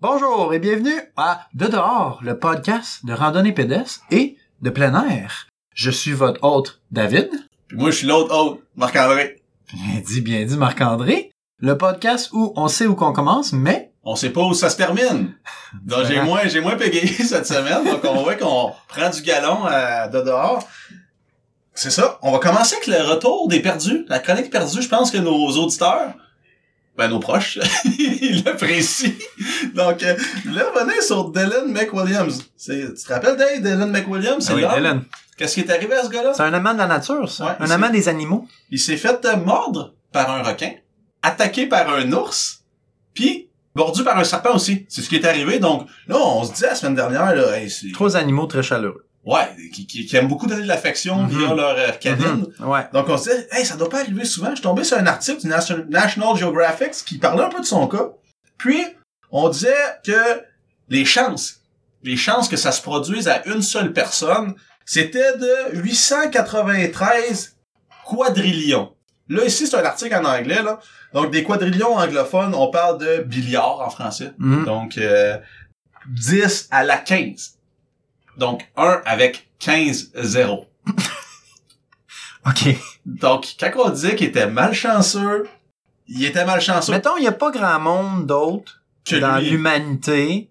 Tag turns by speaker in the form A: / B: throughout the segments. A: Bonjour et bienvenue à De dehors, le podcast de randonnée pédestre et de plein air. Je suis votre hôte David.
B: Puis moi, je suis l'autre hôte, Marc-André.
A: Bien dit, bien dit Marc-André. Le podcast où on sait où qu'on commence, mais
B: On sait pas où ça se termine.
A: Ben
B: Donc, j'ai moins, j'ai moins pégayé cette semaine. Donc, on voit qu'on prend du galon à, de dehors. C'est ça. On va commencer avec le retour des perdus. La chronique perdue, je pense que nos auditeurs, ben, nos proches, ils l'apprécient. Donc, euh, là, venez sur Dylan McWilliams. C'est, tu te rappelles, Dave, Dylan McWilliams? C'est
A: Ah oui,
B: l'homme?
A: Dylan.
B: Qu'est-ce qui est arrivé à ce gars-là?
A: C'est un amant de la nature, ça.
B: Ouais,
A: un
B: c'est-
A: amant des animaux.
B: Il s'est fait euh, mordre par un requin, attaqué par un ours, puis mordu par un serpent aussi. C'est ce qui est arrivé. Donc là, on se dit la semaine dernière, là, hey, c'est-
A: Trois animaux très chaleureux.
B: ouais, qui, qui- qui aiment beaucoup donner de l'affection
A: Mhm.
B: via leur euh, canine.
A: Mhm. Ouais.
B: Donc on se dit, hey, ça doit pas arriver souvent. Je suis tombé sur un article du Nation- National Geographic qui parlait un peu de son cas. Puis on disait que les chances, les chances que ça se produise à une seule personne, c'était de 893 quadrillions. Là ici c'est un article en anglais là. Donc des quadrillions anglophones, on parle de milliards en français.
A: Mhm.
B: Donc, euh, 10 à la 15. Donc, 1 avec 15 zéros.
A: OK.
B: Donc, quand on disait qu'il était malchanceux, il était malchanceux
A: Mettons, il n'y a pas grand monde d'autre
B: que
A: dans
B: lui.
A: l'humanité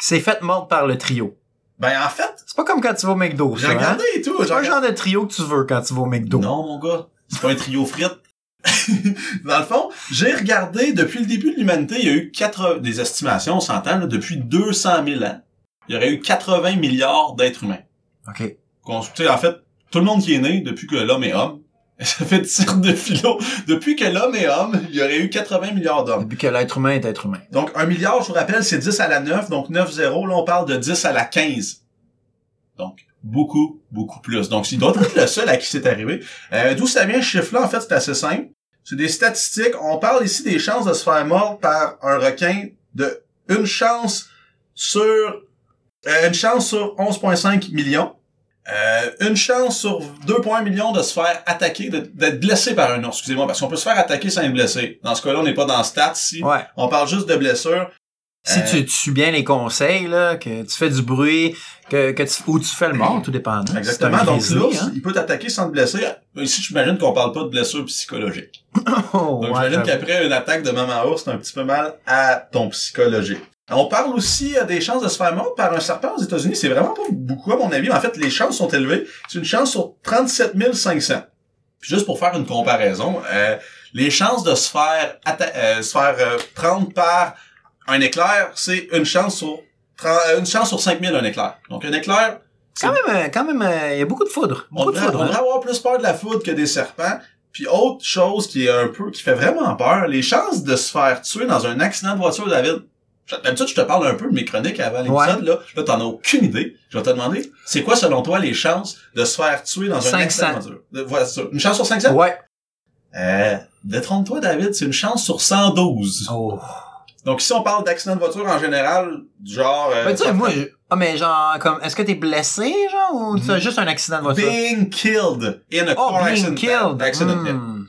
A: qui s'est fait mordre par le trio.
B: Ben, en fait,
A: C'est pas comme quand tu vas au McDo,
B: j'ai
A: ça, hein?
B: regardé et tout.
A: C'est
B: j'ai
A: pas le
B: regardé-
A: genre de trio que tu veux quand tu vas au McDo.
B: Non, mon gars, c'est pas un trio frites. dans le fond, j'ai regardé, depuis le début de l'humanité, il y a eu quatre, des estimations, on s'entend, là, depuis 200 000 ans, il y aurait eu 80 milliards d'êtres humains.
A: OK.
B: qu'on- tu sais, en fait, tout le monde qui est né depuis que l'homme est homme, ça fait tir de philo. Depuis que l'homme est homme, il y aurait eu 80 milliards d'hommes.
A: Depuis que l'être humain est être humain.
B: Donc, un milliard, je vous rappelle, c'est 10 à la 9, donc 9 0, là, on parle de 10 à la 15. Donc, beaucoup, beaucoup plus. Donc, il doit être le seul à qui c'est arrivé. Euh, D'où ça vient ce chiffre-là? En fait, c'est assez simple. C'est des statistiques. On parle ici des chances de se faire mordre par un requin de une chance sur euh, une chance sur 11,5 millions. Euh, une chance sur 2,1 millions de se faire attaquer, de- d'être blessé par un ours, excusez-moi, parce qu'on peut se faire attaquer sans être blessé. Dans ce cas-là, on n'est pas dans stats si
A: Ouais.
B: on parle juste de blessures.
A: Si
B: Euh,
A: tu, tu suis bien les conseils, là, que tu fais du bruit, que, que tu, ou tu fais le mort, tout dépend. hein.
B: Exactement.
A: C'est un
B: Donc
A: grizzly,
B: l'ours,
A: hein.
B: il peut t'attaquer sans te blesser. Ici, j'imagine qu'on parle pas de blessure psychologique.
A: Oh,
B: Donc
A: ouais,
B: j'imagine
A: j'avoue.
B: qu'après une attaque de maman ours, t'as un petit peu mal à ton psychologique. On parle aussi euh, des chances de se faire mordre par un serpent aux États-Unis. C'est vraiment pas beaucoup à mon avis. Mais En fait, les chances sont élevées. C'est une chance sur 37 500. Puis juste pour faire une comparaison, euh, les chances de se faire atta- euh, se faire euh, prendre par un éclair, c'est une chance sur 30 euh, une chance sur 5000 un éclair. Donc un éclair,
A: Quand même, euh, quand même, euh, il y a beaucoup de foudre.
B: on
A: Beaucoup de
B: devrait,
A: foudre.
B: on devrait
A: hein.
B: avoir plus peur de la foudre que des serpents. Puis autre chose qui est un peu qui fait vraiment peur, les chances de se faire tuer dans un accident de voiture, David. Je- D'habitude, je te parle un peu de mes chroniques avant l'épisode, là. Là, t'en as aucune idée. Je vais te demander, c'est quoi, selon toi, les chances de se faire tuer dans un
A: 500.
B: accident de voiture? de voiture? Une chance sur 500?
A: Ouais.
B: Euh, détrompe-toi, David, c'est une chance sur 112.
A: Oh.
B: Donc, si on parle d'accident de voiture en général, du genre... euh,
A: Ben, tu sais,
B: ça
A: moi,
B: fait
A: je- ah, mais genre, comme, est-ce que t'es blessé, genre, ou c'est
B: Mhm.
A: juste un accident de voiture?
B: Being killed in a
A: oh,
B: car
A: being
B: accident.
A: killed.
B: accident, yeah.
A: Hmm.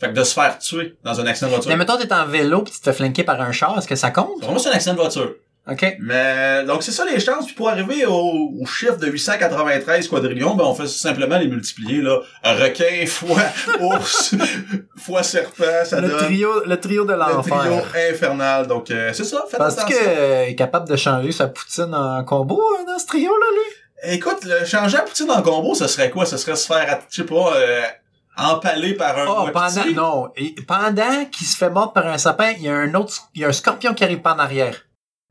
B: Fait que de se faire tuer dans un accident de voiture.
A: Mais mettons, t'es en vélo pis tu te fais flanquer par un char, est-ce que ça compte?
B: Pour moi, c'est un accident de voiture.
A: OK.
B: Mais, donc, c'est ça les chances. Puis pour arriver au, au chiffre de 893 quadrillions, ben, on fait simplement les multiplier, là. Requin fois ours fois serpent, ça
A: le
B: donne
A: trio, le trio de
B: le trio
A: l'enfer.
B: infernal. Donc, euh, c'est ça. Faites
A: Penses-tu
B: attention.
A: que, euh, il est capable de changer sa poutine en combo, hein, dans ce trio-là, lui?
B: Écoute, le changer à poutine en combo, ce serait quoi? Ce serait se faire, att- je sais pas, euh, empaler par un
A: Oh,
B: wapiti?
A: pendant, non. Et pendant qu'il se fait mordre par un sapin, il y a un autre, il y a un scorpion qui arrive par en arrière.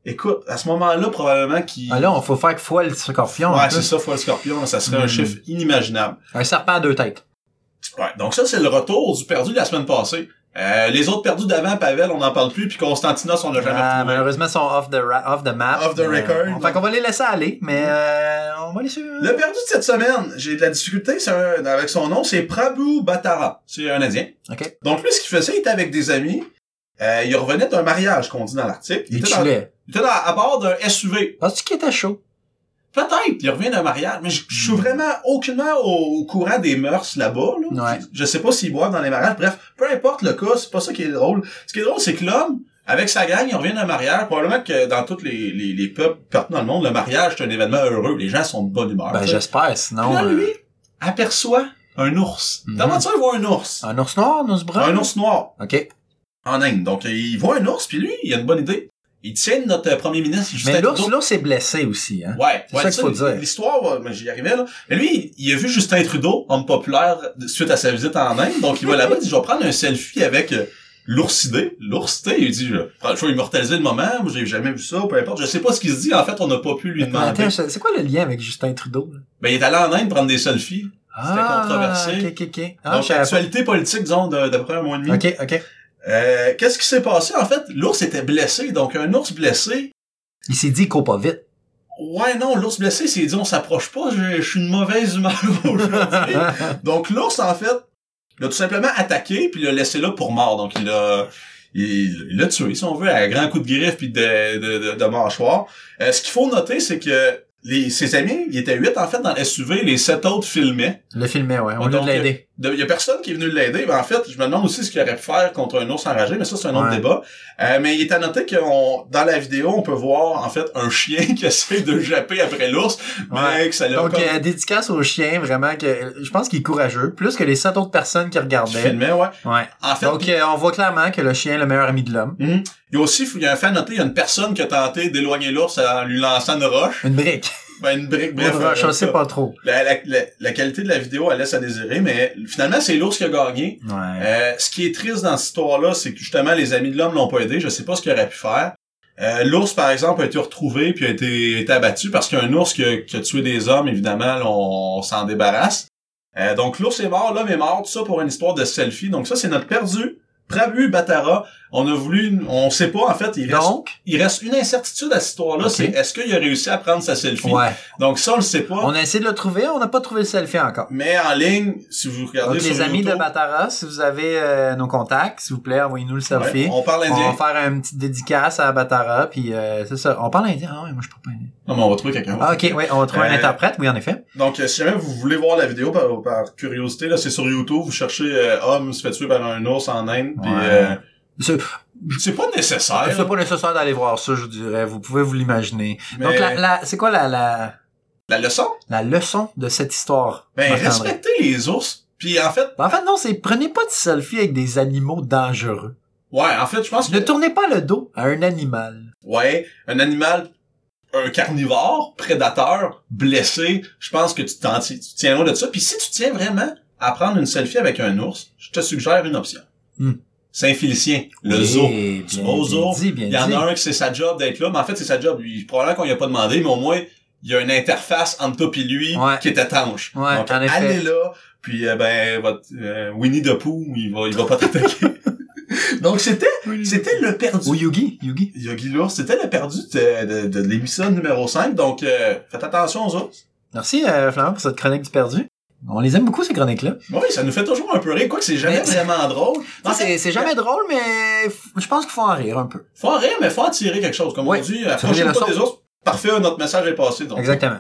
B: Écoute, à ce moment-là, probablement qu'il...
A: Ah là, on faut faire que foie le scorpion. en
B: ouais, c'est
A: plus.
B: ça, fois le scorpion, là, ça serait un
A: Hmm.
B: chiffre inimaginable.
A: Un serpent à deux têtes.
B: Ouais, donc ça, c'est le retour du perdu de la semaine passée. Euh, les autres perdus d'avant, Pavel, on n'en parle plus, puis Constantinos, on l'a jamais
A: Ah,
B: retrouvé.
A: malheureusement, ils sont off the, ra- off the map.
B: Off the
A: Euh,
B: record,
A: on-
B: donc.
A: fait qu'on va les laisser aller, mais euh, on va les suivre.
B: Le perdu de cette semaine, j'ai de la difficulté c'est un- avec son nom, c'est Prabhu Batara. C'est un Indien.
A: OK.
B: Donc lui, ce qu'il faisait, il était avec des amis. Euh, il revenait d'un mariage, qu'on dit dans l'article.
A: Il
B: était, dans- il
A: chillait.
B: était dans- à bord d'un SUV.
A: Penses-tu qu'il était chaud?
B: Peut-être, il revient d'un mariage, mais je je suis
A: Mm.
B: vraiment aucunement au, au courant des mœurs là-bas. Là.
A: Ouais.
B: Je sais pas s'ils boivent dans les mariages. Bref, peu importe le cas, c'est pas ça qui est drôle. Ce qui est drôle, c'est que l'homme, Avec sa gang, ils reviennent d'un mariage. Probablement que dans tous les, les, les peuples partout dans le monde, le mariage, c'est un événement heureux. Les gens sont de bonne humeur.
A: Ben,
B: tu sais.
A: j'espère,
B: Puis
A: sinon...
B: Ah, là,
A: euh,
B: lui, aperçoit un ours.
A: Mhm. Ah.
B: Comment ça, il voit un ours?
A: Un ours noir, un ours brun?
B: Un ours noir
A: OK.
B: en Inde. Donc, il voit un ours, puis lui, il a une bonne idée. Il tient notre premier ministre, Justin
A: Mais l'ours,
B: Trudeau.
A: l'ours est blessé aussi, hein?
B: Ouais,
A: C'est
B: ouais,
A: ça qu'il faut dire.
B: L'histoire, va- mais j'y arrivais là. Mais lui, il a vu Justin Trudeau, homme populaire, de- suite à sa visite en Inde. Donc il va là-bas, il dit, je vais prendre un selfie avec euh, l'oursidé. L'oursité, il dit, je prends- je vais immortaliser le moment, j'ai jamais vu ça, peu importe. Je sais pas ce qu'il se dit, en fait, on n'a pas pu lui demander.
A: Attends, c'est c'est quoi le lien avec Justin Trudeau? là?
B: Ben, il est allé en Inde prendre des selfies.
A: Ah,
B: controversé.
A: OK, OK, OK. Ah, je
B: Donc,
A: savais pas.
B: actualité politique, disons, de- d'après un mois et demi.
A: OK, OK.
B: Euh, Qu'est-ce qui s'est passé? En fait, l'ours était blessé. Donc, un ours blessé,
A: Il s'est dit qu'on pas vite.
B: Ouais, non, l'ours blessé, c'est dit, on s'approche pas, je, je suis de mauvaise humeur aujourd'hui. Donc, l'ours, en fait, l'a tout simplement attaqué, puis l'a laissé là pour mort. Donc, il l'a, il il l'a tué, si on veut, à grands coups de griffe puis de, de, de, de mâchoire. Euh, ce qu'il faut noter, c'est que les, ses amis, il était huit, en fait, dans le SUV, les sept autres filmaient.
A: Le filmait, ouais. On
B: Ah, Donc,
A: l'a l'aider.
B: De- Il y a personne qui est venu l'aider, mais en fait, je me demande aussi ce qu'il aurait pu faire contre un ours enragé, mais ça, c'est un autre
A: Ouais.
B: débat. Euh, mais il est à noter que dans la vidéo, on peut voir, en fait, un chien qui essaie de japper après l'ours,
A: Ouais.
B: mais que ça l'a
A: Donc,
B: comme
A: euh, dédicace au chien, vraiment, que euh, je pense qu'il est courageux, plus que les sept autres personnes qui regardaient.
B: filmé, ouais.
A: Ouais.
B: En fait,
A: Donc, euh, on voit clairement que le chien est le meilleur ami de l'homme.
B: il y a aussi, il y a un fan noté, il y a une personne qui a tenté d'éloigner l'ours en lui lançant une roche.
A: Une brique.
B: Ben, une brique,
A: Bref,
B: bref.
A: Une roche,
B: euh,
A: on sait pas trop.
B: La, la- la- la qualité de la vidéo, elle laisse à désirer, mais finalement, c'est l'ours qui a gagné.
A: Ouais.
B: Euh, ce qui est triste dans cette histoire-là, c'est que justement, les amis de l'homme l'ont pas aidé. Je sais pas ce qu'il aurait pu faire. Euh, l'ours, par exemple, a été retrouvé puis a été, a été abattu parce qu'un ours qui a, qui a tué des hommes, évidemment, là, on, on s'en débarrasse. Euh, donc l'ours est mort, l'homme est mort, tout ça pour une histoire de selfie. Donc ça, c'est notre perdu. Prabhu Batara, on a voulu, on sait pas en fait, il reste,
A: Donc,
B: il reste une incertitude à cette histoire-là,
A: Ok.
B: c'est est-ce qu'il a réussi à prendre sa selfie.
A: ouais.
B: Donc ça, on le sait pas.
A: On a essayé de le trouver, on n'a pas trouvé le selfie encore.
B: Mais en ligne, si vous regardez
A: Donc,
B: sur
A: les amis de
B: YouTube,
A: Batara, si vous avez euh, nos contacts, s'il vous plaît, envoyez-nous le
B: ouais,
A: selfie.
B: on parle
A: on
B: indien.
A: va faire une petite dédicace à Batara, puis euh, c'est ça. On parle indien. Ah ouais, moi je parle pas indien.
B: Non, mais on va trouver quelqu'un.
A: Ah ok, oui, on va trouver un
B: Euh,
A: interprète, oui en effet.
B: Donc, euh, si jamais vous voulez voir la vidéo par, par curiosité, là, c'est sur YouTube. Vous cherchez euh, homme se fait tuer par un ours en Inde. puis,
A: Ouais.
B: euh,
A: C'est-
B: c'est pas nécessaire.
A: C'est pas nécessaire d'aller voir ça, je dirais. Vous pouvez vous l'imaginer.
B: mais
A: Donc la,
B: la...
A: la c'est quoi la, la
B: leçon,
A: la leçon de cette histoire
B: ben
A: Marc-André?
B: respectez les ours. Puis en fait,
A: Ben, En fait non, c'est prenez pas de selfie avec des animaux dangereux.
B: ouais, en fait, je pense que
A: Ne tournez pas le dos à un animal.
B: ouais, un animal, un carnivore, prédateur, blessé, je pense que tu, t'en, ti- tu tiens loin de ça. Puis si tu tiens vraiment à prendre une selfie avec un ours, je te suggère une option.
A: Hmm.
B: Saint-Félicien, le
A: Eh,
B: zoo.
A: bien,
B: Tu vas au zoo,
A: bien dit, bien
B: Il y en
A: dit.
B: a un que c'est sa job d'être là, mais en fait, c'est sa job. Lui, probablement qu'on lui a pas demandé, mais au moins, il y a une interface entre toi et lui
A: Ouais.
B: qui est étanche.
A: Ouais,
B: Donc,
A: en effet.
B: allez là, puis euh, ben, votre, euh, Winnie the Pooh, il va, il va pas t'attaquer. Donc, c'était, c'était le perdu.
A: Ou Yugi, Yugi.
B: Yogi Lours, c'était le perdu de, de, de l'émission numéro 5. Donc, euh, faites attention aux autres.
A: Merci euh, Flamand pour cette chronique du perdu. On les aime beaucoup ces chroniques là.
B: Oui, ça nous fait toujours un peu rire, quoi que c'est jamais
A: Mais-
B: vraiment drôle. En fait,
A: C'est c'est jamais drôle mais f- je pense qu'il faut en rire un peu.
B: faut en rire, mais faut en tirer quelque chose. Comme
A: Ouais.
B: on dit, approchez-vous
A: la
B: pas
A: sorte.
B: des autres. Parfait, notre message est passé. Donc,
A: Exactement.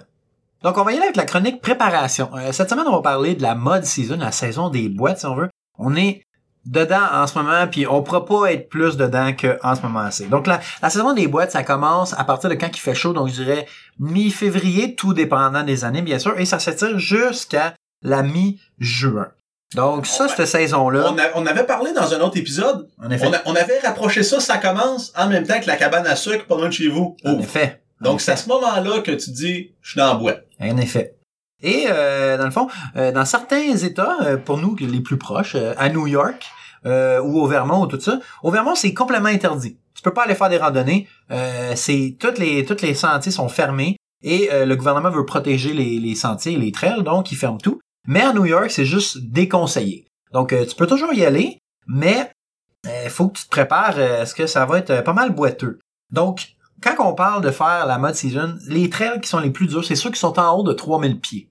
A: Donc, on va y aller avec la chronique préparation. Euh, cette semaine, on va parler de la mode season, la saison des boîtes, si on veut. On est dedans en ce moment, puis on pourra pas être plus dedans qu'en ce moment c'est. Donc, la, la saison des boîtes, ça commence à partir de quand il fait chaud, donc je dirais mi-février, tout dépendant des années, bien sûr, et ça s'étire jusqu'à la mi-juin. Donc, ça,
B: Ouais.
A: cette saison-là,
B: on, a- on avait parlé dans un autre épisode
A: en effet,
B: On, a- on avait rapproché ça, ça commence en même temps que la cabane à sucre pas loin de chez vous.
A: en
B: Oh.
A: effet,
B: Donc c'est à ce moment-là que tu dis, je suis dans la boîte.
A: En effet. Et euh, dans le fond, euh, dans certains États, euh, pour nous les plus proches, euh, à New York euh, ou au Vermont ou tout ça, au Vermont c'est complètement interdit. Tu peux pas aller faire des randonnées. Euh, c'est toutes les toutes les sentiers sont fermés et euh, le gouvernement veut protéger les, les sentiers, et les trails, donc il ferme tout. Mais à New York c'est juste déconseillé. Donc euh, tu peux toujours y aller, mais il faut que tu te prépares euh, parce que ça va être euh, pas mal boiteux. Donc quand on parle de faire la mode season, les trails qui sont les plus durs, c'est ceux qui sont en haut de 3000 pieds.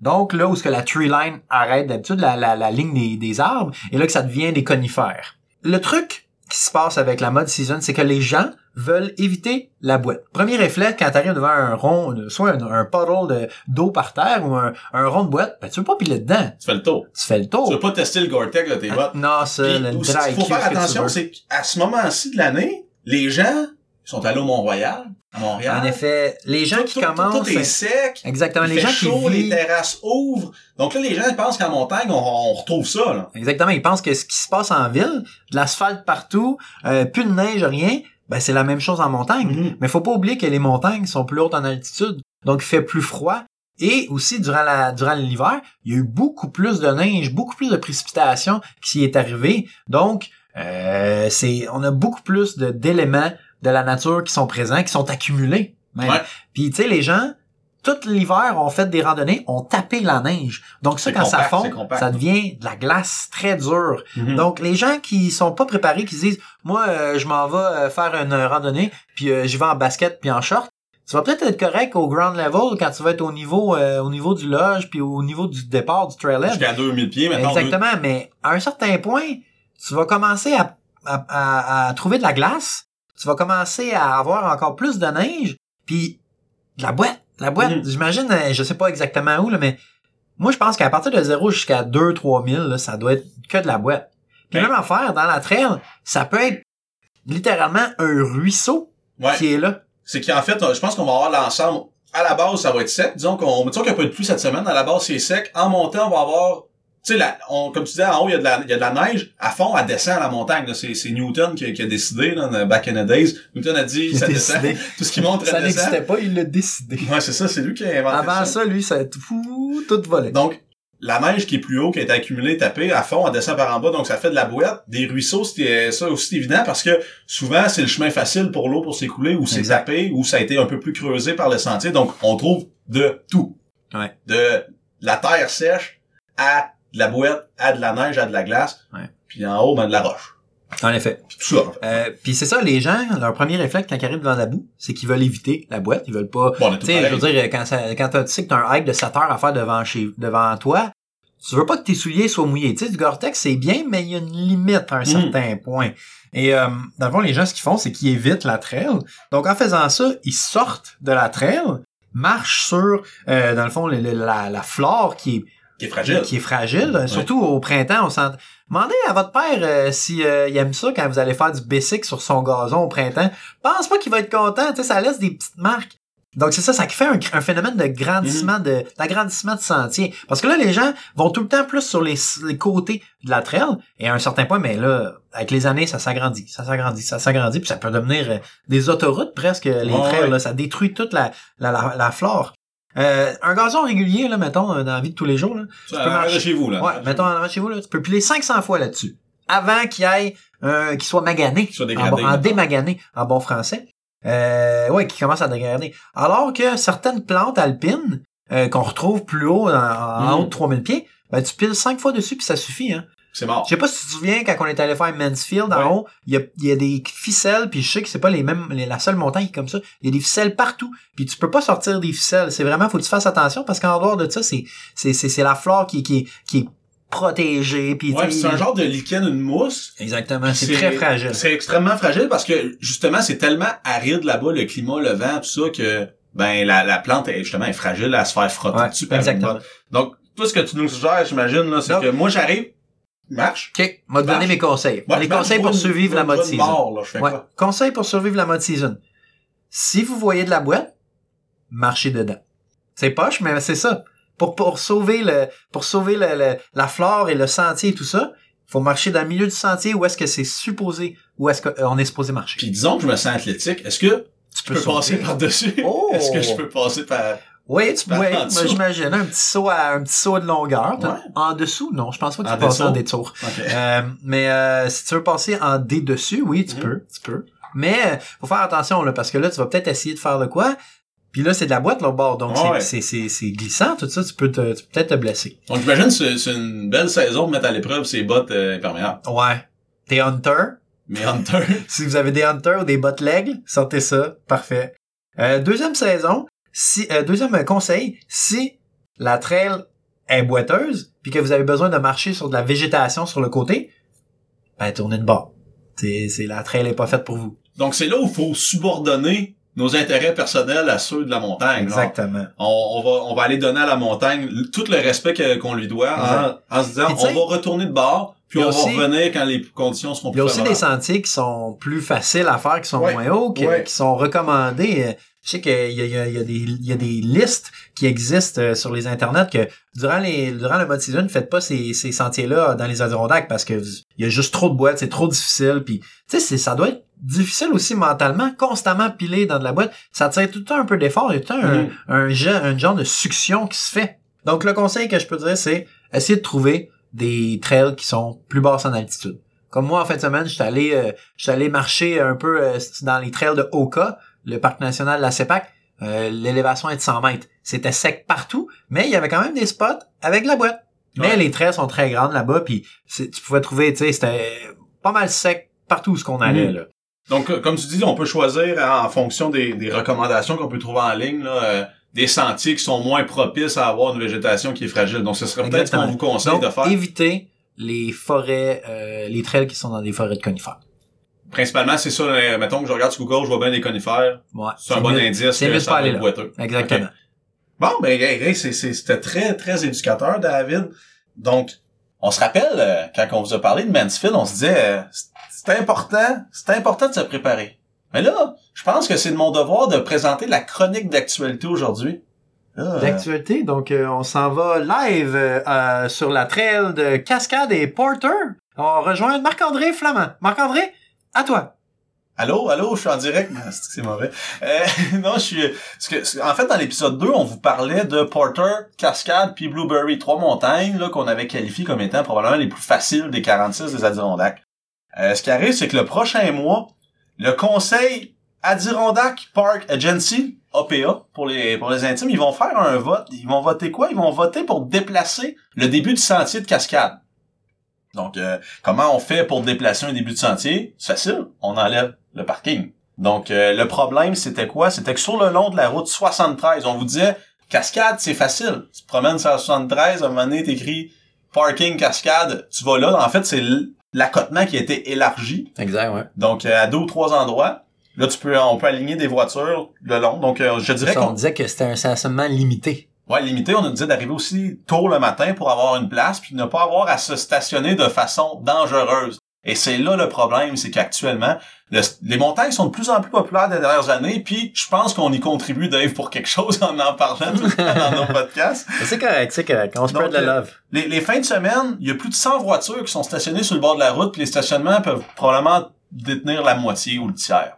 A: Donc là où ce que la tree line arrête d'habitude, la, la- la ligne des, des arbres, et là que ça devient des conifères. Le truc qui se passe avec la mode season, c'est que les gens veulent éviter la boîte. Premier réflexe, quand t'arrives devant un rond, euh, soit un, un puddle de- d'eau par terre ou un, un rond de boîte, ben, tu veux pas piler dedans.
B: Tu fais le tour.
A: Tu fais le
B: Tu
A: tour.
B: veux pas tester le Gore-Tex de tes
A: Ah,
B: bottes.
A: non, ça,
B: Puis
A: le
B: aussi, ce
A: dry
B: qu'il faut
A: cue,
B: faire
A: ce que tu
B: attention,
A: veux.
B: c'est qu'à ce moment-ci de l'année, les gens sont allés au Mont-Royal, à Montréal.
A: En effet, les gens
B: hein, Tout-
A: qui
B: tout- tout-
A: commencent...
B: Tout est sec.
A: Exactement,
B: il
A: les
B: fait
A: gens
B: chaud,
A: qui
B: les
A: vivent...
B: terrasses ouvrent. Donc là, les gens ils pensent qu'en montagne, on, on retrouve ça. Là.
A: Exactement, ils pensent que ce qui se passe en ville, de l'asphalte partout, euh, plus de neige, rien, ben c'est la même chose en montagne. Mais faut pas oublier que les montagnes sont plus hautes en altitude, donc il fait plus froid. Et aussi, durant la, durant l'hiver, il y a eu beaucoup plus de neige, beaucoup plus de précipitation qui est arrivé. Donc, euh, c'est, on a beaucoup plus de, d'éléments de la nature qui sont présents, qui sont accumulés. même.
B: Ouais.
A: Puis, tu sais, les gens, tout l'hiver, ont fait des randonnées, ont tapé la neige. Donc, ça,
B: C'est
A: quand ça
B: compact,
A: fond,
B: c'est compact.
A: ça devient de la glace très dure.
B: Mhm.
A: Donc, les gens qui sont pas préparés, qui se disent, moi, euh, je m'en vais euh, faire une randonnée, puis euh, j'y vais en basket, puis en short, tu vas peut-être être correct au ground level quand tu vas être au niveau, euh, au niveau du lodge, puis au niveau du départ du trailhead.
B: Jusqu'à 2000 pieds, maintenant.
A: Exactement, mais à un certain point, tu vas commencer à, à- à- à trouver de la glace, tu vas commencer à avoir encore plus de neige, puis de la boîte, de la boîte.
B: Mhm.
A: J'imagine, euh, je sais pas exactement où, là, mais moi, je pense qu'à partir de 0 jusqu'à 2-3 000, là, ça doit être que de la boîte. Puis
B: Ben-
A: même affaire, dans la trail, ça peut être littéralement un ruisseau
B: on- ouais.
A: qui est là.
B: c'est qu'en fait, je pense qu'on va avoir l'ensemble. À la base, ça va être sec. Disons qu'on, disons qu'il n'y a pas eu de pluie cette semaine. À la base, c'est sec. En montant, on va avoir, tu sais, la- on- comme tu disais, en haut, il y a de la, il y a de la neige. À fond, elle descend à la montagne. là. C'est, c'est Newton qui, qui a décidé, là, dans- back in the days. Newton a dit,
A: Il a
B: ça
A: décidé.
B: descend. Tout ce qui montre,
A: Ça
B: elle descend.
A: n'existait pas, il l'a décidé.
B: Ouais, c'est ça, c'est lui qui a inventé
A: Avant
B: ça.
A: ça, lui, ça a tout, tout volé.
B: Donc, la neige qui est plus haut, qui a été accumulée, tapée, à fond, elle descend par en bas, donc ça fait de la bouette. Des ruisseaux, c'était ça aussi évident parce que souvent, c'est le chemin facile pour l'eau pour s'écouler, ou c'est
A: Exact.
B: tapé, ou ça a été un peu plus creusé par le sentier. Donc, on trouve de tout.
A: Ouais.
B: De la terre sèche à de la bouette, à de la neige, à de la glace,
A: Ouais.
B: puis en haut, ben, de la roche.
A: En effet.
B: Puis tout ça. en fait.
A: Euh, puis c'est ça, les gens, leur premier réflexe quand ils arrivent devant la boue, c'est qu'ils veulent éviter la boîte, ils veulent pas.
B: Bon, on est
A: Tu
B: tout
A: sais, je
B: pareil.
A: veux dire, quand, ça, quand t'as- tu sais que t'as un hike de 7 heures à faire devant chez, devant toi, tu veux pas que tes souliers soient mouillés. Tu sais, du Gore-Tex, c'est bien, mais il y a une limite à un certain point. Et euh, dans le fond, les gens, ce qu'ils font, c'est qu'ils évitent la trail. Donc, en faisant ça, ils sortent de la trail, marchent sur, euh, dans le fond, le- le- la, la flore qui est
B: Qui est fragile.
A: qui est fragile, surtout au printemps. On sent... Demandez à votre père euh, si euh, il aime ça quand vous allez faire du basic sur son gazon au printemps. Pense pas qu'il va être content, tu sais, ça laisse des petites marques. Donc c'est ça, ça fait un, un phénomène de grandissement
B: Mm-hmm.
A: de d'agrandissement de sentier. Parce que là, les gens vont tout le temps plus sur les, les côtés de la trail et à un certain point, mais là, avec les années, ça s'agrandit, ça s'agrandit, ça s'agrandit, puis ça peut devenir euh, des autoroutes presque les
B: Ouais,
A: trails.
B: ouais.
A: Là, ça détruit toute la la, la, la flore. Euh, un gazon régulier, là, mettons, euh, dans la vie de tous les jours, là, peux
B: Ça, en arrière de
A: marcher.
B: chez vous, là.
A: Ouais, mettons en avant de chez vous, là, tu peux piler 500 fois là-dessus. Avant qu'il aille, euh, qu'il soit magané.
B: Qu'il soit dégradé,
A: en, bon- en
B: mettons.
A: démagané, en bon français. Euh, ouais, qui commence à dégrader. Alors que certaines plantes alpines, euh, qu'on retrouve plus haut, en, en
B: Mhm.
A: haut de 3000 pieds, ben, tu piles 5 fois dessus puis ça suffit, hein.
B: C'est mort.
A: Je sais pas si tu te souviens, quand on est allé faire Mansfield,
B: Ouais.
A: en haut, il y a, il y a des ficelles, puis je sais que c'est pas les mêmes, les- la seule montagne qui est comme ça. Il y a des ficelles partout, puis tu peux pas sortir des ficelles. C'est vraiment, faut que tu fasses attention, parce qu'en dehors de ça, c'est, c'est, c'est, c'est la flore qui, qui, qui est protégée, puis
B: Ouais,
A: tu sais,
B: c'est un genre de lichen, une mousse.
A: Exactement, Ah, c'est,
B: C'est-
A: très fragile.
B: C'est extrêmement fragile parce que justement, c'est tellement aride là-bas, le climat, le vent, tout ça, que ben la, la plante est justement est fragile à se faire frotter
A: Ouais,
B: dessus. par une
A: exactement.
B: botte. Donc, tout ce que tu nous suggères, j'imagine, là, c'est
A: Donc-
B: que moi j'arrive, marche.
A: OK, m'a donné
B: Marche.
A: mes conseils.
B: Ouais,
A: les
B: je marche,
A: conseils
B: je
A: pour
B: vois une-
A: survivre
B: je
A: la
B: vois
A: mode
B: une
A: season.
B: mort, là, je fais
A: Ouais.
B: Ben, quoi?
A: Conseil pour survivre la mode season. Si vous voyez de la boîte, marchez dedans. C'est poche, mais c'est ça. Pour, pour sauver le, pour sauver le- le- la flore et le sentier et tout ça, faut marcher dans le milieu du sentier où est-ce que c'est supposé, où est-ce qu'on est supposé marcher.
B: Puis disons que je me sens athlétique. Est-ce que
A: tu
B: je peux
A: sauter.
B: passer par-dessus?
A: Oh!
B: Est-ce que je peux passer par.
A: Oui, tu
B: par
A: ouais,
B: en
A: moi,
B: dessous?
A: j'imagine un petit saut à, un petit saut de longueur.
B: Ouais.
A: En dessous, non, je pense pas que tu
B: En
A: passes en
B: dessous?
A: détour.
B: Ok.
A: Euh, mais euh, si tu veux passer en D dessus, oui, tu
B: Mhm.
A: peux, tu peux. Mais euh, faut faire attention là, parce que là, tu vas peut-être essayer de faire de quoi. Puis là, c'est de la boîte l'autre bord, donc c'est-
B: Ouais.
A: c'est c'est c'est glissant, tout ça. Tu peux te, tu peux peut-être te blesser.
B: Donc j'imagine que c'est c'est une belle saison de mettre à l'épreuve ces bottes euh, imperméables.
A: Ouais. T'es hunter.
B: Mais Hunter,
A: Si vous avez des hunters ou des bottes legs, sortez ça, parfait. Euh, deuxième saison, si euh, deuxième conseil, si la trail est boiteuse, puis que vous avez besoin de marcher sur de la végétation sur le côté, ben tournez de bord. C'est c'est- la trail est pas faite pour vous.
B: Donc c'est là où il faut subordonner nos intérêts personnels à ceux de la montagne. Genre,
A: Exactement.
B: on, on va on va aller donner à la montagne l- tout le respect que- qu'on lui doit hein, en se disant
A: Puis tu sais-
B: on va retourner de bord puis
A: Il y a
B: on
A: aussi-
B: va revenir quand les conditions seront
A: Il y a
B: plus
A: aussi des
B: favorables.
A: sentiers qui sont plus faciles à faire, qui sont
B: Ouais.
A: moins hauts, qui,
B: Ouais.
A: qui sont recommandés. Euh, Je sais qu'il y a, il y a- il y a des, il y a des listes qui existent euh, sur les internets que durant les durant le mode season, ne faites pas ces, ces sentiers-là dans les Adirondacks parce que vous- il y a juste trop de boîtes, c'est trop difficile. Puis tu sais, c'est- ça doit être difficile aussi mentalement, constamment pilé dans de la boîte. Ça tire tout le temps un peu d'effort, il y a tout le temps un-
B: Mhm.
A: un, ge- un genre de succion qui se fait. Donc le conseil que je peux dire, c'est essayer de trouver des trails qui sont plus basses en altitude. Comme moi, en fin de semaine, j'étais allé, euh, j'étais allé marcher un peu euh, dans les trails de Oka, le parc national de la CEPAC. Euh, L'élévation est de 100 mètres. C'était sec partout, mais il y avait quand même des spots avec de la boîte. Mais
B: Ouais.
A: les trails sont très grandes là-bas, puis c'est- tu pouvais trouver, tu sais, c'était pas mal sec partout où ce qu'on allait.
B: Mhm.
A: Là.
B: Donc, euh, comme tu dis, on peut choisir en fonction des, des recommandations qu'on peut trouver en ligne, là, euh, des sentiers qui sont moins propices à avoir une végétation qui est fragile. Donc, ce serait peut-être ce qu'on
A: Exactement.
B: vous conseille
A: Donc,
B: de faire.
A: éviter les forêts, euh, les trails qui sont dans des forêts de conifères.
B: Principalement, c'est ça. euh, mettons que je regarde sur Google, je vois bien des conifères.
A: Ouais,
B: C'est un bon
A: mieux-
B: indice
A: c'est mieux
B: que
A: de pas
B: ça va
A: aller
B: être
A: là.
B: boiteux.
A: Exactement.
B: Bon, ben, hey, hey, c'est- c'est- c'était très, très éducateur, David. Donc, on se rappelle, euh, quand on vous a parlé de Mansfield, on se disait, euh, c'est- c'est important, c'est important de se préparer. Mais là, je pense que c'est de mon devoir de présenter la chronique d'actualité aujourd'hui. Là, euh,
A: D'actualité, donc euh, on s'en va live euh, euh, sur la trail de Cascade et Porter. On rejoint Marc-André Flamand. Marc-André, à toi.
B: Allô, allô, je suis en direct. Ah, c'est que c'est mauvais. Euh, non, je suis. parce que- parce que, en fait, dans l'épisode 2, on vous parlait de Porter, Cascade, puis Blueberry, trois montagnes là qu'on avait qualifiées comme étant probablement les plus faciles des 46 des Adirondacks. Euh, ce qui arrive, c'est que le prochain mois, le conseil Adirondack Park Agency (APA) pour les pour les intimes, ils vont faire un vote. Ils vont voter quoi Ils vont voter pour déplacer le début du sentier de Cascade. Donc, euh, comment on fait pour déplacer un début de sentier C'est facile. On enlève le parking. Donc, euh, le problème, c'était quoi? C'était que sur le long de la route 73, on vous disait, cascade, c'est facile. Tu te promènes sur la 73, à un moment donné, t'écris parking, cascade, tu vas là. En fait, c'est l- l'accotement qui a été élargi.
A: Exact, ouais.
B: Donc, euh, à deux ou trois endroits. Là, tu peux, on peut aligner des voitures le long. Donc, euh, je dirais
A: on
B: qu'on
A: disait que c'était un stationnement limité.
B: Ouais, limité, on nous disait d'arriver aussi tôt le matin pour avoir une place, puis ne pas avoir à se stationner de façon dangereuse. Et c'est là le problème, c'est qu'actuellement, le- les montagnes sont de plus en plus populaires des dernières années, puis je pense qu'on y contribue, Dave, pour quelque chose en en parlant tout le temps dans nos podcasts.
A: C'est correct, c'est correct. On
B: spread
A: spread
B: the
A: la love.
B: Les, les fins de semaine, il y a plus de 100 voitures qui sont stationnées sur le bord de la route, puis les stationnements peuvent probablement détenir la moitié ou le tiers.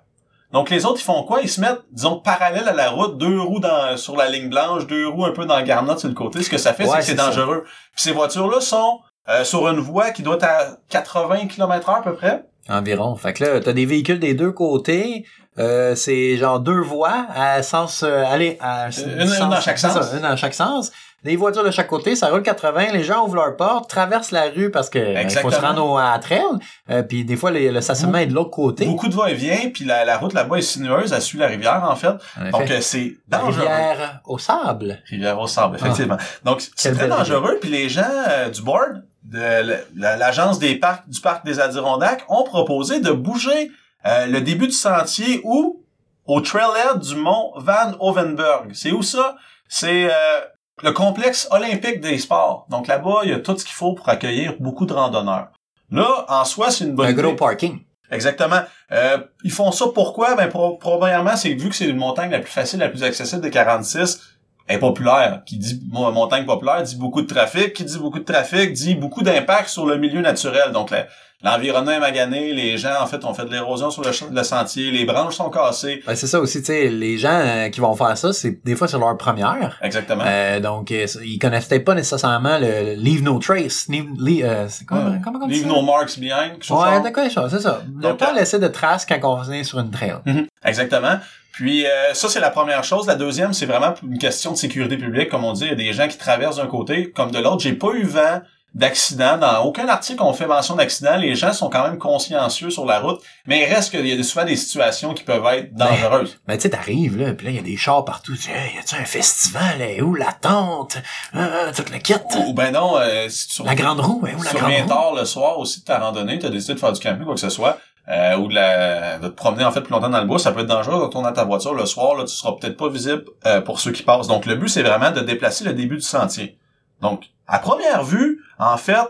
B: Donc les autres, ils font quoi? Ils se mettent, disons, parallèles à la route, deux roues dans, sur la ligne blanche, deux roues un peu dans le garnotte sur le côté. Ce que ça fait,
A: Ouais,
B: c'est que c'est
A: c'est ça.
B: dangereux. Puis ces voitures-là sont euh, sur une voie qui doit être à 80 km heure à peu près.
A: Environ. Fait que là, t'as des véhicules des deux côtés. Euh, c'est genre deux voies à sens... euh, allez, à,
B: une- une dans chaque
A: c'est
B: sens.
A: ça, une dans chaque sens. Des voitures de chaque côté, ça roule 80. Les gens ouvrent leur porte, traversent la rue parce que ben, il faut se
B: Exactement.
A: rendre au- à la trail. Euh, Puis des fois, le, le stationnement est de l'autre côté.
B: Beaucoup de va-et-vient, puis la, la route là-bas est sinueuse, elle suit la rivière en fait.
A: En
B: Donc hein.
A: effet.
B: euh, c'est
A: La
B: dangereux.
A: rivière au sable.
B: Rivière au sable, effectivement. Donc, c'est
A: Ah. Quelle
B: très
A: belle
B: dangereux. Puis les gens euh, du board, de l- la- l'agence des parcs du parc des Adirondacks, ont proposé de bouger euh, le début du sentier où au trailhead du mont Van Ovenberg. C'est où ça? C'est euh, le complexe olympique des sports. Donc là-bas, il y a tout ce qu'il faut pour accueillir beaucoup de randonneurs. Là, en soi, c'est une bonne
A: Un
B: idée.
A: gros parking.
B: Exactement. Euh, ils font ça pourquoi? Ben, pro- premièrement, c'est que vu que c'est une montagne la plus facile, la plus accessible des 46, elle est populaire. Qui dit mo- montagne populaire dit beaucoup de trafic. Qui dit beaucoup de trafic dit beaucoup d'impact sur le milieu naturel. Donc, la- l'environnement est magané, les gens, en fait, ont fait de l'érosion sur le, ch- le sentier, les branches sont cassées.
A: Ben, c'est ça aussi, tu sais, les gens euh, qui vont faire ça, c'est des fois sur leur première.
B: Exactement.
A: Euh, donc, euh, ils connaissent peut-être pas nécessairement le, le Leave No Trace. Leave, leave- euh, c'est quoi,
B: Ouais.
A: comment on dit
B: Ah. Leave
A: ça?
B: no marks behind. quelque chose
A: Ouais,
B: comme ça.
A: d'accord, c'est ça. Ne
B: Donc,
A: pas
B: euh,
A: laisser de traces quand on est sur une trail.
B: Mhm, Exactement. Puis euh, ça, c'est la première chose. La deuxième, c'est vraiment une question de sécurité publique. Comme on dit, il y a des gens qui traversent d'un côté comme de l'autre. J'ai pas eu vent d'accident. Dans aucun article, on fait mention d'accident. Les gens sont quand même consciencieux sur la route. Mais il reste qu'il y a souvent des situations qui peuvent être dangereuses.
A: Mais tu sais, t'arrives, là, pis là, il y a des chars partout. Tu dis, hey, y a-tu un festival? Hey, où la tente? Euh, tout le kit.
B: Ou ben non, euh, si tu
A: La grande roue? Hey, où la
B: tu reviens
A: grande roue?
B: tard le soir aussi de ta randonnée, tu as décidé de faire du camping, quoi que ce soit, euh, ou de, la, de te promener en fait plus longtemps dans le bois, ça peut être dangereux de retourner à ta voiture le soir, là, tu seras peut-être pas visible euh, pour ceux qui passent. Donc le but, c'est vraiment de déplacer le début du sentier. Donc, à première vue, en fait,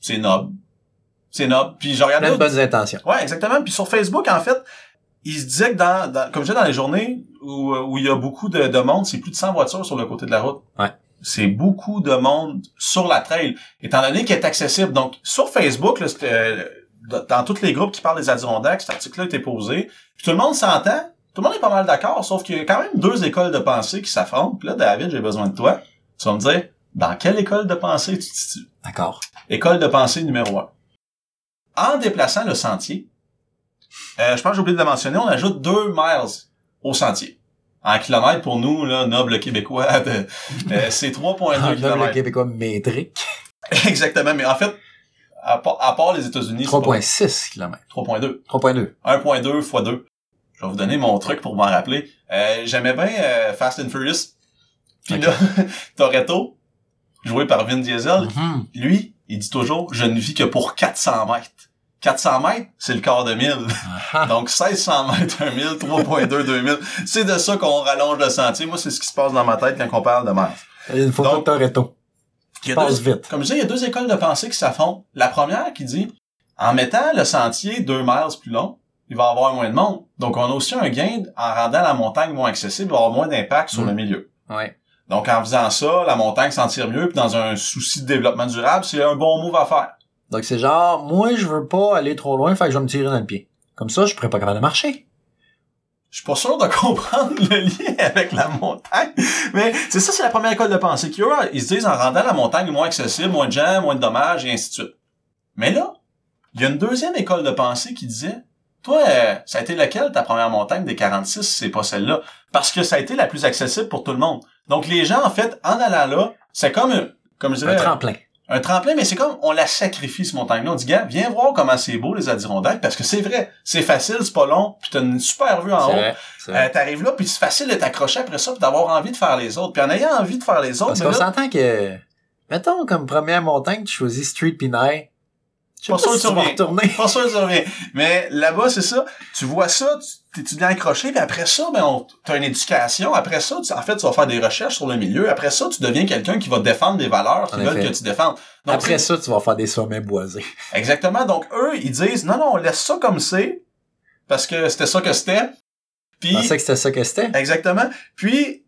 B: c'est noble. C'est noble. Puis je
A: Plein de
B: regardais...
A: bonnes intentions.
B: Ouais, exactement. Puis sur Facebook, en fait, il se disait que dans, dans- comme je disais, dans les journées où, où il y a beaucoup de, de monde, c'est plus de 100 voitures sur le côté de la route.
A: Ouais.
B: C'est beaucoup de monde sur la trail, étant donné qu'elle est accessible. Donc, sur Facebook, là, c'était, euh, dans- dans tous les groupes qui parlent des Adirondacks, cet article-là était posé. Puis tout le monde s'entend. Tout le monde est pas mal d'accord, sauf qu'il y a quand même deux écoles de pensée qui s'affrontent. Puis là, David, j'ai besoin de toi. Tu vas me dire, dans quelle école de pensée tu te situes?
A: D'accord.
B: École de pensée numéro 1. En déplaçant le sentier, euh, je pense que j'ai oublié de le mentionner, on ajoute 2 miles au sentier. En kilomètres, pour nous, là, nobles québécois, de- euh, c'est 3,2
A: Un Ah, noble
B: kilomètres.
A: québécois métrique.
B: Exactement, mais en fait, à part, à part les États-Unis, c'est pas-
A: 3.6 km.
B: 3,2.
A: 3.2.
B: 1,2 fois 2. Je vais vous donner mon truc pour m'en rappeler. Euh, J'aimais bien euh, Fast and Furious. Puis
A: Ok.
B: là, Toretto, joué par Vin Diesel,
A: Mhm.
B: lui, il dit toujours, je ne vis que pour 400 mètres. 400 mètres, c'est le quart de mille.
A: Ah,
B: Donc, 1600 mètres, 1000, 3.2, 2000. C'est de ça qu'on rallonge le sentier. Moi, c'est ce qui se passe dans ma tête quand on parle de mètres.
A: Une photo
B: Donc-
A: de Toretto.
B: Il y a
A: Passe
B: deux-
A: vite.
B: comme je disais, il y a deux écoles de pensée qui s'affrontent. La première qui dit, en mettant le sentier 2 miles plus long, il va y avoir moins de monde. Donc, on a aussi un gain en rendant la montagne moins accessible, il va y avoir moins d'impact sur
A: Mm.
B: le milieu.
A: Ouais.
B: Donc, en faisant ça, la montagne s'en tire mieux, puis dans un souci de développement durable, c'est un bon move à faire.
A: Donc c'est genre, moi je veux pas aller trop loin, fait que je vais me tirer dans le pied. Comme ça, je pourrais pas capable de marcher.
B: Je suis pas sûr de comprendre le lien avec la montagne, mais c'est ça, c'est la première école de pensée qu'il y a. Ils se disent en rendant la montagne moins accessible, moins de gens, moins de dommages, et ainsi de suite. Mais là, il y a une deuxième école de pensée qui disait, toi, euh, ça a été laquelle ta première montagne des 46 si c'est pas celle-là? Parce que ça a été la plus accessible pour tout le monde. Donc les gens, en fait, en allant là, c'est comme, euh, comme je
A: Un
B: dirais,
A: tremplin.
B: un tremplin, mais c'est comme on la sacrifie, ce montagne-là. On dit, gars, viens voir comment c'est beau les Adirondacks, parce que c'est vrai, c'est facile, c'est pas long, puis t'as une super vue en
A: C'est
B: haut.
A: vrai. c'est vrai.
B: Euh, t'arrives là, puis c'est facile de t'accrocher après ça, puis d'avoir envie de faire les autres. Puis en ayant envie de faire les autres,
A: Parce
B: Oh, mais
A: qu'on
B: là,
A: s'entend que, mettons, comme première montagne, tu choisis Street Pinay. Je sais
B: Pas
A: pas,
B: sûr
A: si
B: que
A: tu
B: tu
A: vas
B: reviens.
A: retourner.
B: pas sûr que ça revient. Mais là-bas, c'est ça. Tu vois ça, tu, t'es- tu viens accroché, puis après ça, ben, on- t'as une éducation. Après ça, tu- en fait, tu vas faire des recherches sur le milieu. Après ça, tu deviens quelqu'un qui va défendre des valeurs
A: En
B: qu'ils veulent
A: effet.
B: que tu défendes. Donc,
A: Après ça, tu vas faire des sommets boisés.
B: c'est- Exactement. Donc, eux, ils disent, non, non, on laisse ça comme c'est, parce que c'était ça que c'était.
A: Je
B: Puis, Euh,
A: pensais que c'était ça que c'était.
B: Exactement. Puis,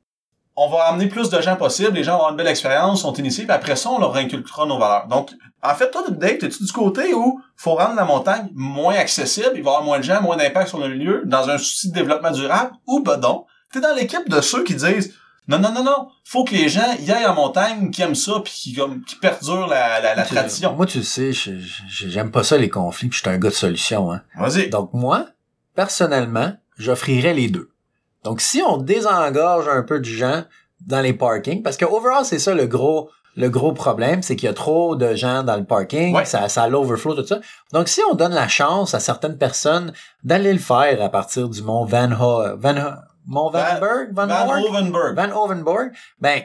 B: on va amener plus de gens possible, les gens vont avoir une belle expérience, sont initiés, puis après ça, on leur inculquera nos valeurs. Donc, en fait, toi, Dave, t'es-tu du côté où faut rendre la montagne moins accessible, il va y avoir moins de gens, moins d'impact sur le lieu, dans un souci de développement durable, ou ben non, t'es dans l'équipe de ceux qui disent non, non, non, non, faut que les gens y aillent en montagne, qui aiment ça, puis qui, comme, qui perdurent la, la, la
A: Tu-
B: tradition.
A: Moi, tu le sais, je- je- j'aime pas ça les conflits, puis je suis un gars de solution. Hein.
B: Vas-y.
A: Donc moi, personnellement, j'offrirais les deux. Donc si on désengorge un peu de gens dans les parkings, parce que overall, c'est ça le gros le gros problème, c'est qu'il y a trop de gens dans le parking,
B: Ouais.
A: ça, ça a l'overflow, tout ça. Donc si on donne la chance à certaines personnes d'aller le faire à partir du mont Van Ho... Van Ho- Mont
B: Van-
A: Vanberg? Van,
B: Van
A: Hoorn?
B: Hovenberg.
A: Van Ovenborg, ben,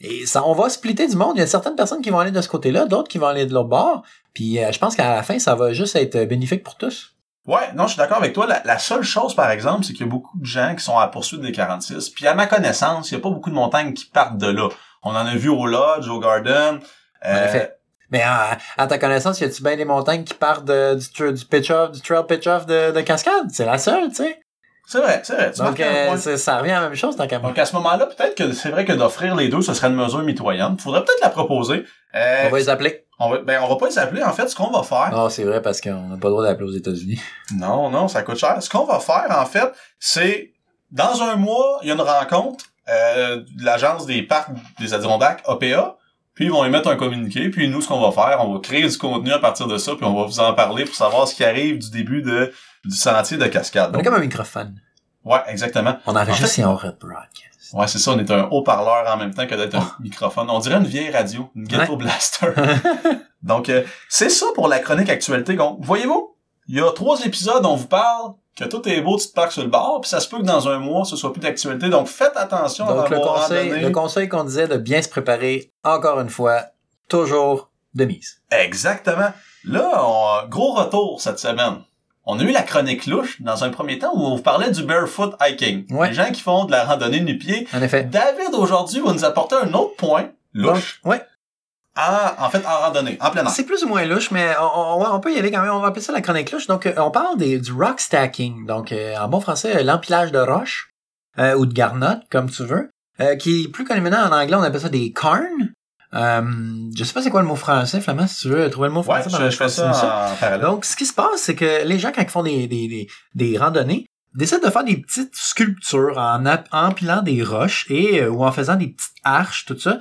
A: et ça, on va splitter du monde. Il y a certaines personnes qui vont aller de ce côté-là, d'autres qui vont aller de l'autre bord. Puis euh, je pense qu'à la fin, ça va juste être euh, bénéfique pour tous.
B: Ouais, non, je suis d'accord avec toi. La, la seule chose, par exemple, c'est qu'il y a beaucoup de gens qui sont à la poursuite des 46. Puis à ma connaissance, il n'y a pas beaucoup de montagnes qui partent de là. On en a vu au Lodge, au Garden. Euh,
A: En effet. Mais euh, à ta connaissance, y a-tu bien des montagnes qui partent de- du, tra- du pitch-off, du trail pitch-off de, de Cascade? C'est la seule, tu sais.
B: C'est vrai, c'est vrai. Tu
A: Donc
B: marques un
A: euh,
B: point.
A: c'est- ça revient à la même chose dans Cameroun.
B: Donc à ce moment-là, peut-être que c'est vrai que d'offrir les deux, ce serait une mesure mitoyenne. Faudrait peut-être la proposer. Euh, Ah.
A: On va les appeler.
B: on va, ben, on va pas les appeler. En fait, ce qu'on va faire,
A: Non, c'est vrai parce qu'on n'a pas le droit d'appeler aux États-Unis.
B: Non, non, ça coûte cher. Ce qu'on va faire, en fait, c'est dans un mois, il y a une rencontre euh, de l'Agence des parcs des Adirondacks, APA, puis ils vont émettre un communiqué, puis nous, ce qu'on va faire, on va créer du contenu à partir de ça, puis on va vous en parler pour savoir ce qui arrive du début de, du sentier de cascade.
A: On est
B: Donc,
A: comme un microphone.
B: ouais, exactement.
A: On enregistre
B: En fait-
A: et on rebroadcast.
B: Ouais, c'est ça, on est un haut-parleur en même temps que d'être
A: Oh.
B: un microphone. On dirait une vieille radio, une ghetto blaster. Donc, euh, c'est ça pour la chronique actualité. Donc, voyez-vous, il y a trois épisodes, on vous parle que tout est beau, tu te parques sur le bord, puis ça se peut que dans un mois, ce soit plus d'actualité. Donc, faites attention
A: Donc,
B: à
A: le
B: vos
A: conseil, le
B: randonnées.
A: conseil qu'on disait de bien se préparer, encore une fois, toujours de mise.
B: Exactement. Là, on- gros retour cette semaine. on a eu la chronique louche dans un premier temps où on vous parlait du barefoot hiking.
A: Ouais.
B: Les gens qui font de la randonnée nu-pied.
A: En effet.
B: David, aujourd'hui, va nous apporter un autre point louche.
A: Donc, ouais.
B: Ah, en fait, en randonnée, en plein air.
A: C'est plus ou moins louche, mais on, on- ouais, on peut y aller quand même. On va appeler ça la chronique louche. Donc, euh, on parle des, du rock stacking. Donc, euh, en bon français, euh, l'empilage de roches euh, ou de garnottes, comme tu veux. euh, qui est plus communément en anglais, on appelle ça des carns. Euh, je sais pas c'est quoi le mot français, Flamand, si tu veux trouver le mot
B: Ouais,
A: français. pendant
B: je,
A: que
B: je fais
A: continue
B: ça en parallèle.
A: Donc, ce qui se passe, c'est que les gens, quand ils font des, des, des, des randonnées, décident de faire des petites sculptures en ap- empilant des roches et euh, ou en faisant des petites arches, tout ça.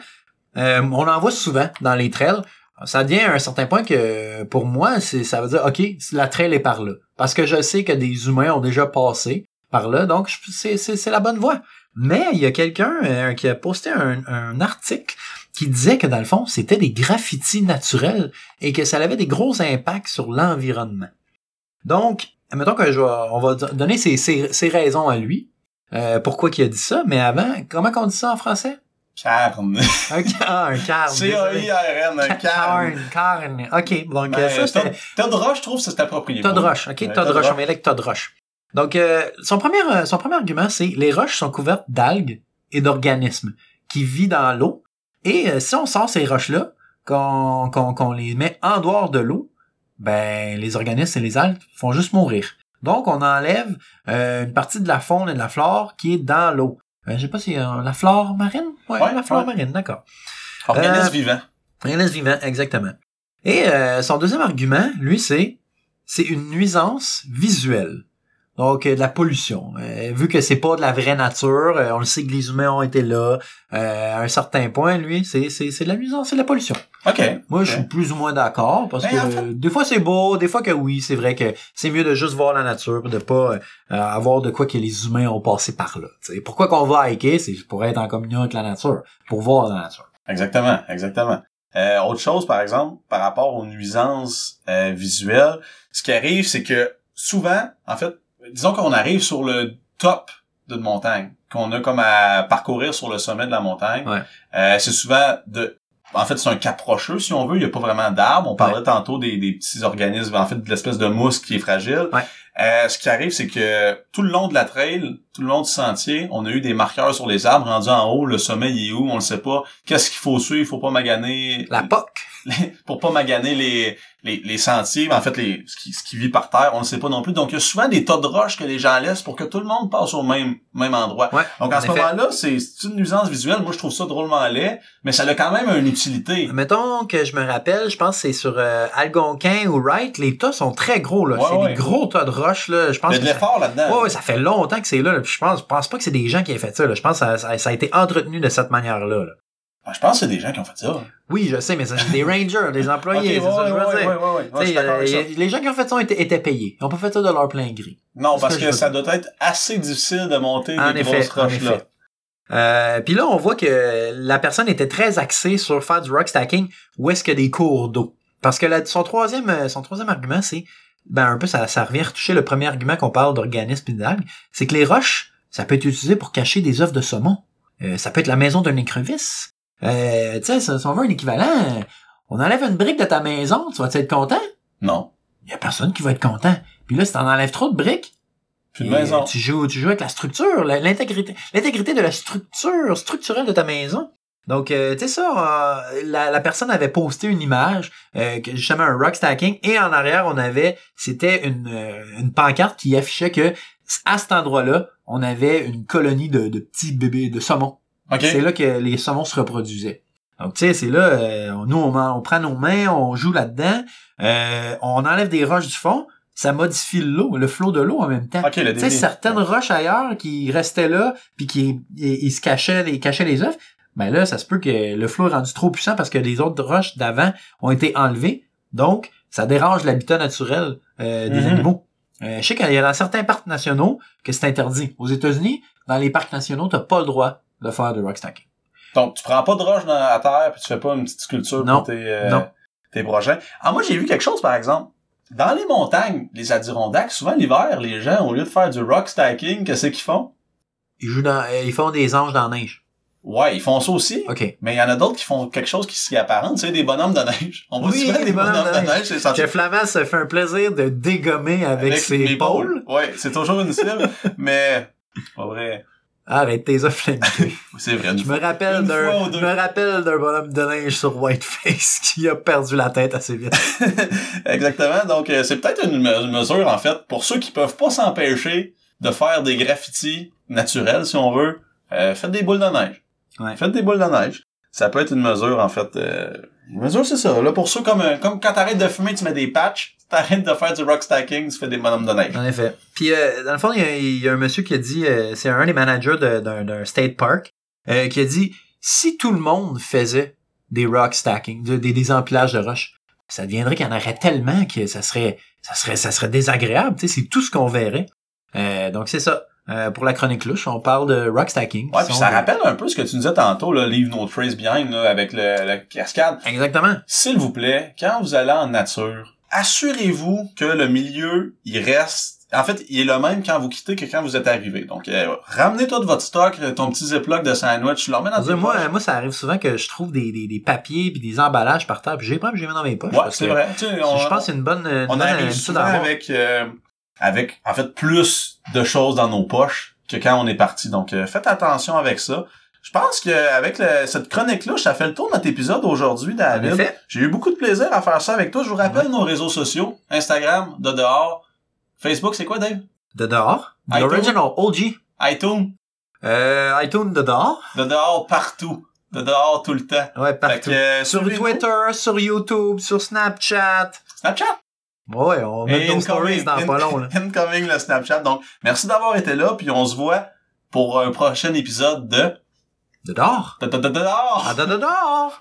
A: Euh, on en voit souvent dans les trails. Ça devient à un certain point que, euh, pour moi, c'est ça veut dire, OK, la trail est par là. Parce que je sais que des humains ont déjà passé par là, donc je- c'est c'est- c'est la bonne voie. Mais il y a quelqu'un euh, qui a posté un, un article qui disait que, dans le fond, c'était des graffitis naturels et que ça avait des gros impacts sur l'environnement. Donc, admettons que je vais- on va do- donner ses, ses- ses raisons à lui, euh, pourquoi qu'il a dit ça, mais avant, comment qu'on dit ça en français?
B: Carne.
A: Un, ca- ah, un carne. désolé.
B: C-A-I-R-N, un carne.
A: Carne, carne. OK, donc euh, ça,
B: Ben,
A: c'était
B: Todd- Todd Roche, je trouve que c'est approprié.
A: Todd Roche, OK?
B: Ouais,
A: Todd
B: Todd
A: Roche, on
B: Roche.
A: va y aller avec Todd Roche. Donc, euh, son, premier, euh, son premier argument, c'est les roches sont couvertes d'algues et d'organismes qui vivent dans l'eau. Et euh, si on sort ces roches-là, qu'on qu'on- qu'on les met en dehors de l'eau, ben les organismes et les algues font juste mourir. Donc, on enlève euh, une partie de la faune et de la flore qui est dans l'eau. Euh, je sais pas si euh, la flore marine? Ouais,
B: Ouais,
A: la flore
B: ouais.
A: marine, d'accord.
B: Organisme
A: Euh,
B: vivant.
A: Organisme vivant, exactement. Et euh, son deuxième argument, lui, c'est c'est une nuisance visuelle. Donc, euh, de la pollution. Euh, vu que c'est pas de la vraie nature, euh, on le sait que les humains ont été là. euh, à un certain point, lui, c'est c'est- c'est de la nuisance, c'est de la pollution.
B: OK.
A: Moi, je
B: Ouais.
A: suis plus ou moins d'accord parce
B: Ben,
A: que
B: en fait-
A: euh, des fois c'est beau, des fois que oui, c'est vrai que c'est mieux de juste voir la nature, de pas euh, avoir de quoi que les humains ont passé par là. T'sais, Pourquoi qu'on va hiker, c'est pour être en communion avec la nature, pour voir la nature.
B: Exactement, exactement. Euh, autre chose, par exemple, par rapport aux nuisances euh, visuelles, ce qui arrive, c'est que souvent, en fait, disons qu'on arrive sur le top d'une montagne, qu'on a comme à parcourir sur le sommet de la montagne.
A: Ouais.
B: Euh, c'est souvent de en fait, c'est un cap rocheux, si on veut. Il n'y a pas vraiment d'arbres. On parlait tantôt des, des petits organismes, en fait, de l'espèce de mousse qui est fragile.
A: Ouais.
B: Euh, ce qui arrive, c'est que tout le long de la trail, tout le long du sentier, on a eu des marqueurs sur les arbres rendus en haut. Le sommet, il est où? On le sait pas. Qu'est-ce qu'il faut suivre? Faut pas maganer
A: La POC.
B: pour pas maganer les, les, les sentiers, mais en fait, les, ce, qui, ce qui vit par terre, on ne sait pas non plus. Donc, il y a souvent des tas de roches que les gens laissent pour que tout le monde passe au même, même endroit.
A: Ouais,
B: Donc, à
A: en
B: ce
A: effet.
B: moment-là, c'est c'est une nuisance visuelle. Moi, je trouve ça drôlement laid, mais ça a quand même une utilité.
A: Mettons que je me rappelle, je pense que c'est sur euh, Algonquin ou Wright, les tas sont très gros là.
B: Ouais,
A: c'est
B: ouais.
A: des gros tas de roches là. Je
B: Il
A: pense
B: y a de
A: que ça...
B: l'effort là-dedans.
A: Ouais, ouais, ça fait longtemps que c'est là. là. Puis je pense, je pense pas que c'est des gens qui aient fait ça. Là. Je pense que ça, ça- ça a été entretenu de cette manière là. là.
B: Ah, je pense que c'est des gens qui ont fait ça.
A: Oui, je sais, mais ça, c'est des rangers, des
B: Ok,
A: employés, c'est
B: ouais,
A: ça que je
B: ouais,
A: veux dire.
B: ouais, ouais, ouais, ouais, je
A: Tu sais,
B: suis d'accord avec ça.
A: euh, les gens qui ont fait ça étaient, étaient payés. Ils ont pas fait ça de leur plein gris.
B: Non,
A: c'est
B: parce
A: ce que
B: que,
A: je veux
B: ça doit être assez difficile de monter
A: En
B: des
A: effet,
B: grosses
A: en
B: roches-là.
A: effet. Euh, Puis là, on voit que la personne était très axée sur faire du rock stacking où est-ce qu'il y a des cours d'eau. Parce que là, son troisième, euh, son troisième argument, c'est, ben un peu, ça, ça revient retoucher le premier argument qu'on parle d'organisme et d'algues, c'est que les roches, ça peut être utilisé pour cacher des œufs de saumon. Euh, ça peut être la maison d'un écrevisse. Euh, tu sais, si si on veut un équivalent, euh, on enlève une brique de ta maison, tu vas être content?
B: Non.
A: Il y a personne qui va être content. Puis là, si t'en enlèves trop de briques,
B: Plus de
A: et
B: maison.
A: Tu joues, tu joues avec la structure, la- l'intégrité, l'intégrité de la structure structurelle de ta maison. Donc, euh, tu sais ça, euh, la, la personne avait posté une image, euh, que- justement un rock stacking, et en arrière, on avait, c'était une, euh, une pancarte qui affichait que à cet endroit-là, on avait une colonie de, de petits bébés de saumons.
B: OK.
A: C'est là que les saumons se reproduisaient. Donc, tu sais, c'est là, euh, on- nous, on, en- on prend nos mains, on joue là-dedans, euh, on enlève des roches du fond, ça modifie l'eau, le flot de l'eau en même temps.
B: OK, le
A: Tu sais,
B: débit.
A: certaines roches ailleurs qui restaient là, puis qui ils, ils se cachaient, les cachaient les œufs, ben là, ça se peut que le flot est rendu trop puissant parce que les autres roches d'avant ont été enlevées. Donc, ça dérange l'habitat naturel euh, des
B: Mhm.
A: animaux. Euh, je sais qu'il y a dans certains parcs nationaux que c'est interdit. Aux États-Unis, dans les parcs nationaux, t'as pas le droit de faire de rock stacking.
B: Donc, tu prends pas de roche dans, à terre, puis tu fais pas une petite sculpture
A: Non.
B: pour tes, euh,
A: Non.
B: tes projets. Ah, moi, j'ai vu quelque chose, par exemple. Dans les montagnes, les Adirondacks, souvent l'hiver, les gens, au lieu de faire du rock stacking, qu'est-ce qu'ils font?
A: Ils jouent dans, euh, ils font des anges dans la neige.
B: Ouais, ils font ça aussi.
A: OK.
B: Mais il y en a d'autres qui font quelque chose qui s'y apparente, tu sais, des bonhommes de neige. On voit
A: Oui,
B: souvent
A: des
B: des bonhommes,
A: bonhommes de
B: de neige, c'est ça.
A: Chef Flamand se fait un plaisir de dégommer avec, ses pôles.
B: Ouais, c'est toujours une cible, mais c'est pas vrai.
A: Arrête Ah, tes offres
B: C'est vrai.
A: Je me rappelle
B: Une fois
A: d'un,
B: ou deux.
A: je me rappelle d'un bonhomme de linge sur Whiteface qui a perdu la tête assez vite.
B: Exactement. Donc, euh, c'est peut-être une, me- une mesure, en fait, pour ceux qui peuvent pas s'empêcher de faire des graffitis naturels, si on veut. euh, faites des boules de neige.
A: Ouais.
B: Faites des boules de neige. Ça peut être une mesure, en fait. euh, une mesure, c'est ça. Là, pour ceux comme, euh, comme quand t'arrêtes de fumer, tu mets des patchs. T'arrêtes de faire du rock stacking, tu fais des bonhommes de neige.
A: En effet. Puis, euh, dans le fond, il y, a- il y a un monsieur qui a dit, euh, c'est un des managers de- d'un d'un state park, euh, qui a dit, si tout le monde faisait des rock stacking, de- des, des empilages de roches, ça deviendrait qu'il y en aurait tellement que ça serait, ça serait, ça serait désagréable. tu sais, C'est tout ce qu'on verrait. Euh, donc, c'est ça. Euh, pour la chronique louche, on parle de rock stacking.
B: Ouais,
A: qui
B: puis
A: sont
B: ça
A: des-
B: rappelle un peu ce que tu nous disais tantôt, là, leave no trace behind, là, avec le, la cascade.
A: Exactement.
B: S'il vous plaît, quand vous allez en nature, assurez-vous que le milieu, il reste... En fait, il est le même quand vous quittez que quand vous êtes arrivé. Donc, euh, ramenez tout votre stock, euh, ton petit ziploc de sandwich, tu le remets dans tes
A: Dire, moi,
B: poches.
A: euh, moi, ça arrive souvent que je trouve des, des, des papiers puis des emballages par terre, puis j'ai pas, j'ai mis dans mes poches.
B: Ouais,
A: parce
B: c'est
A: que
B: vrai. Tu sais, on,
A: Je pense que c'est une bonne. une
B: on
A: bonne
B: arrive
A: habitude
B: souvent
A: à avoir.
B: avec, euh, avec, en fait, plus de choses dans nos poches que quand on est parti. Donc, euh, faites attention avec ça. Je pense que avec le- cette chronique-là, ça fait le tour de notre épisode aujourd'hui,
A: En
B: David.
A: effet.
B: J'ai eu beaucoup de plaisir à faire ça avec toi. Je vous rappelle nos réseaux sociaux. Instagram, de dehors. Facebook, c'est quoi, Dave?
A: De dehors. The
B: iTunes.
A: original OG.
B: iTunes,
A: Euh, iTunes de dehors.
B: de dehors partout. De dehors tout le temps.
A: Ouais,
B: Fait
A: partout.
B: que, euh,
A: Sur
B: suivez-nous.
A: Twitter, sur YouTube, sur Snapchat.
B: Snapchat.
A: Ouais, on met nos stories dans
B: in-
A: pas long, là.
B: Incoming, le Snapchat. Donc, merci d'avoir été là. Puis on se voit pour un prochain épisode de...
A: De dehors.
B: de- de- de- de dehors.
A: Ah, de de dehors!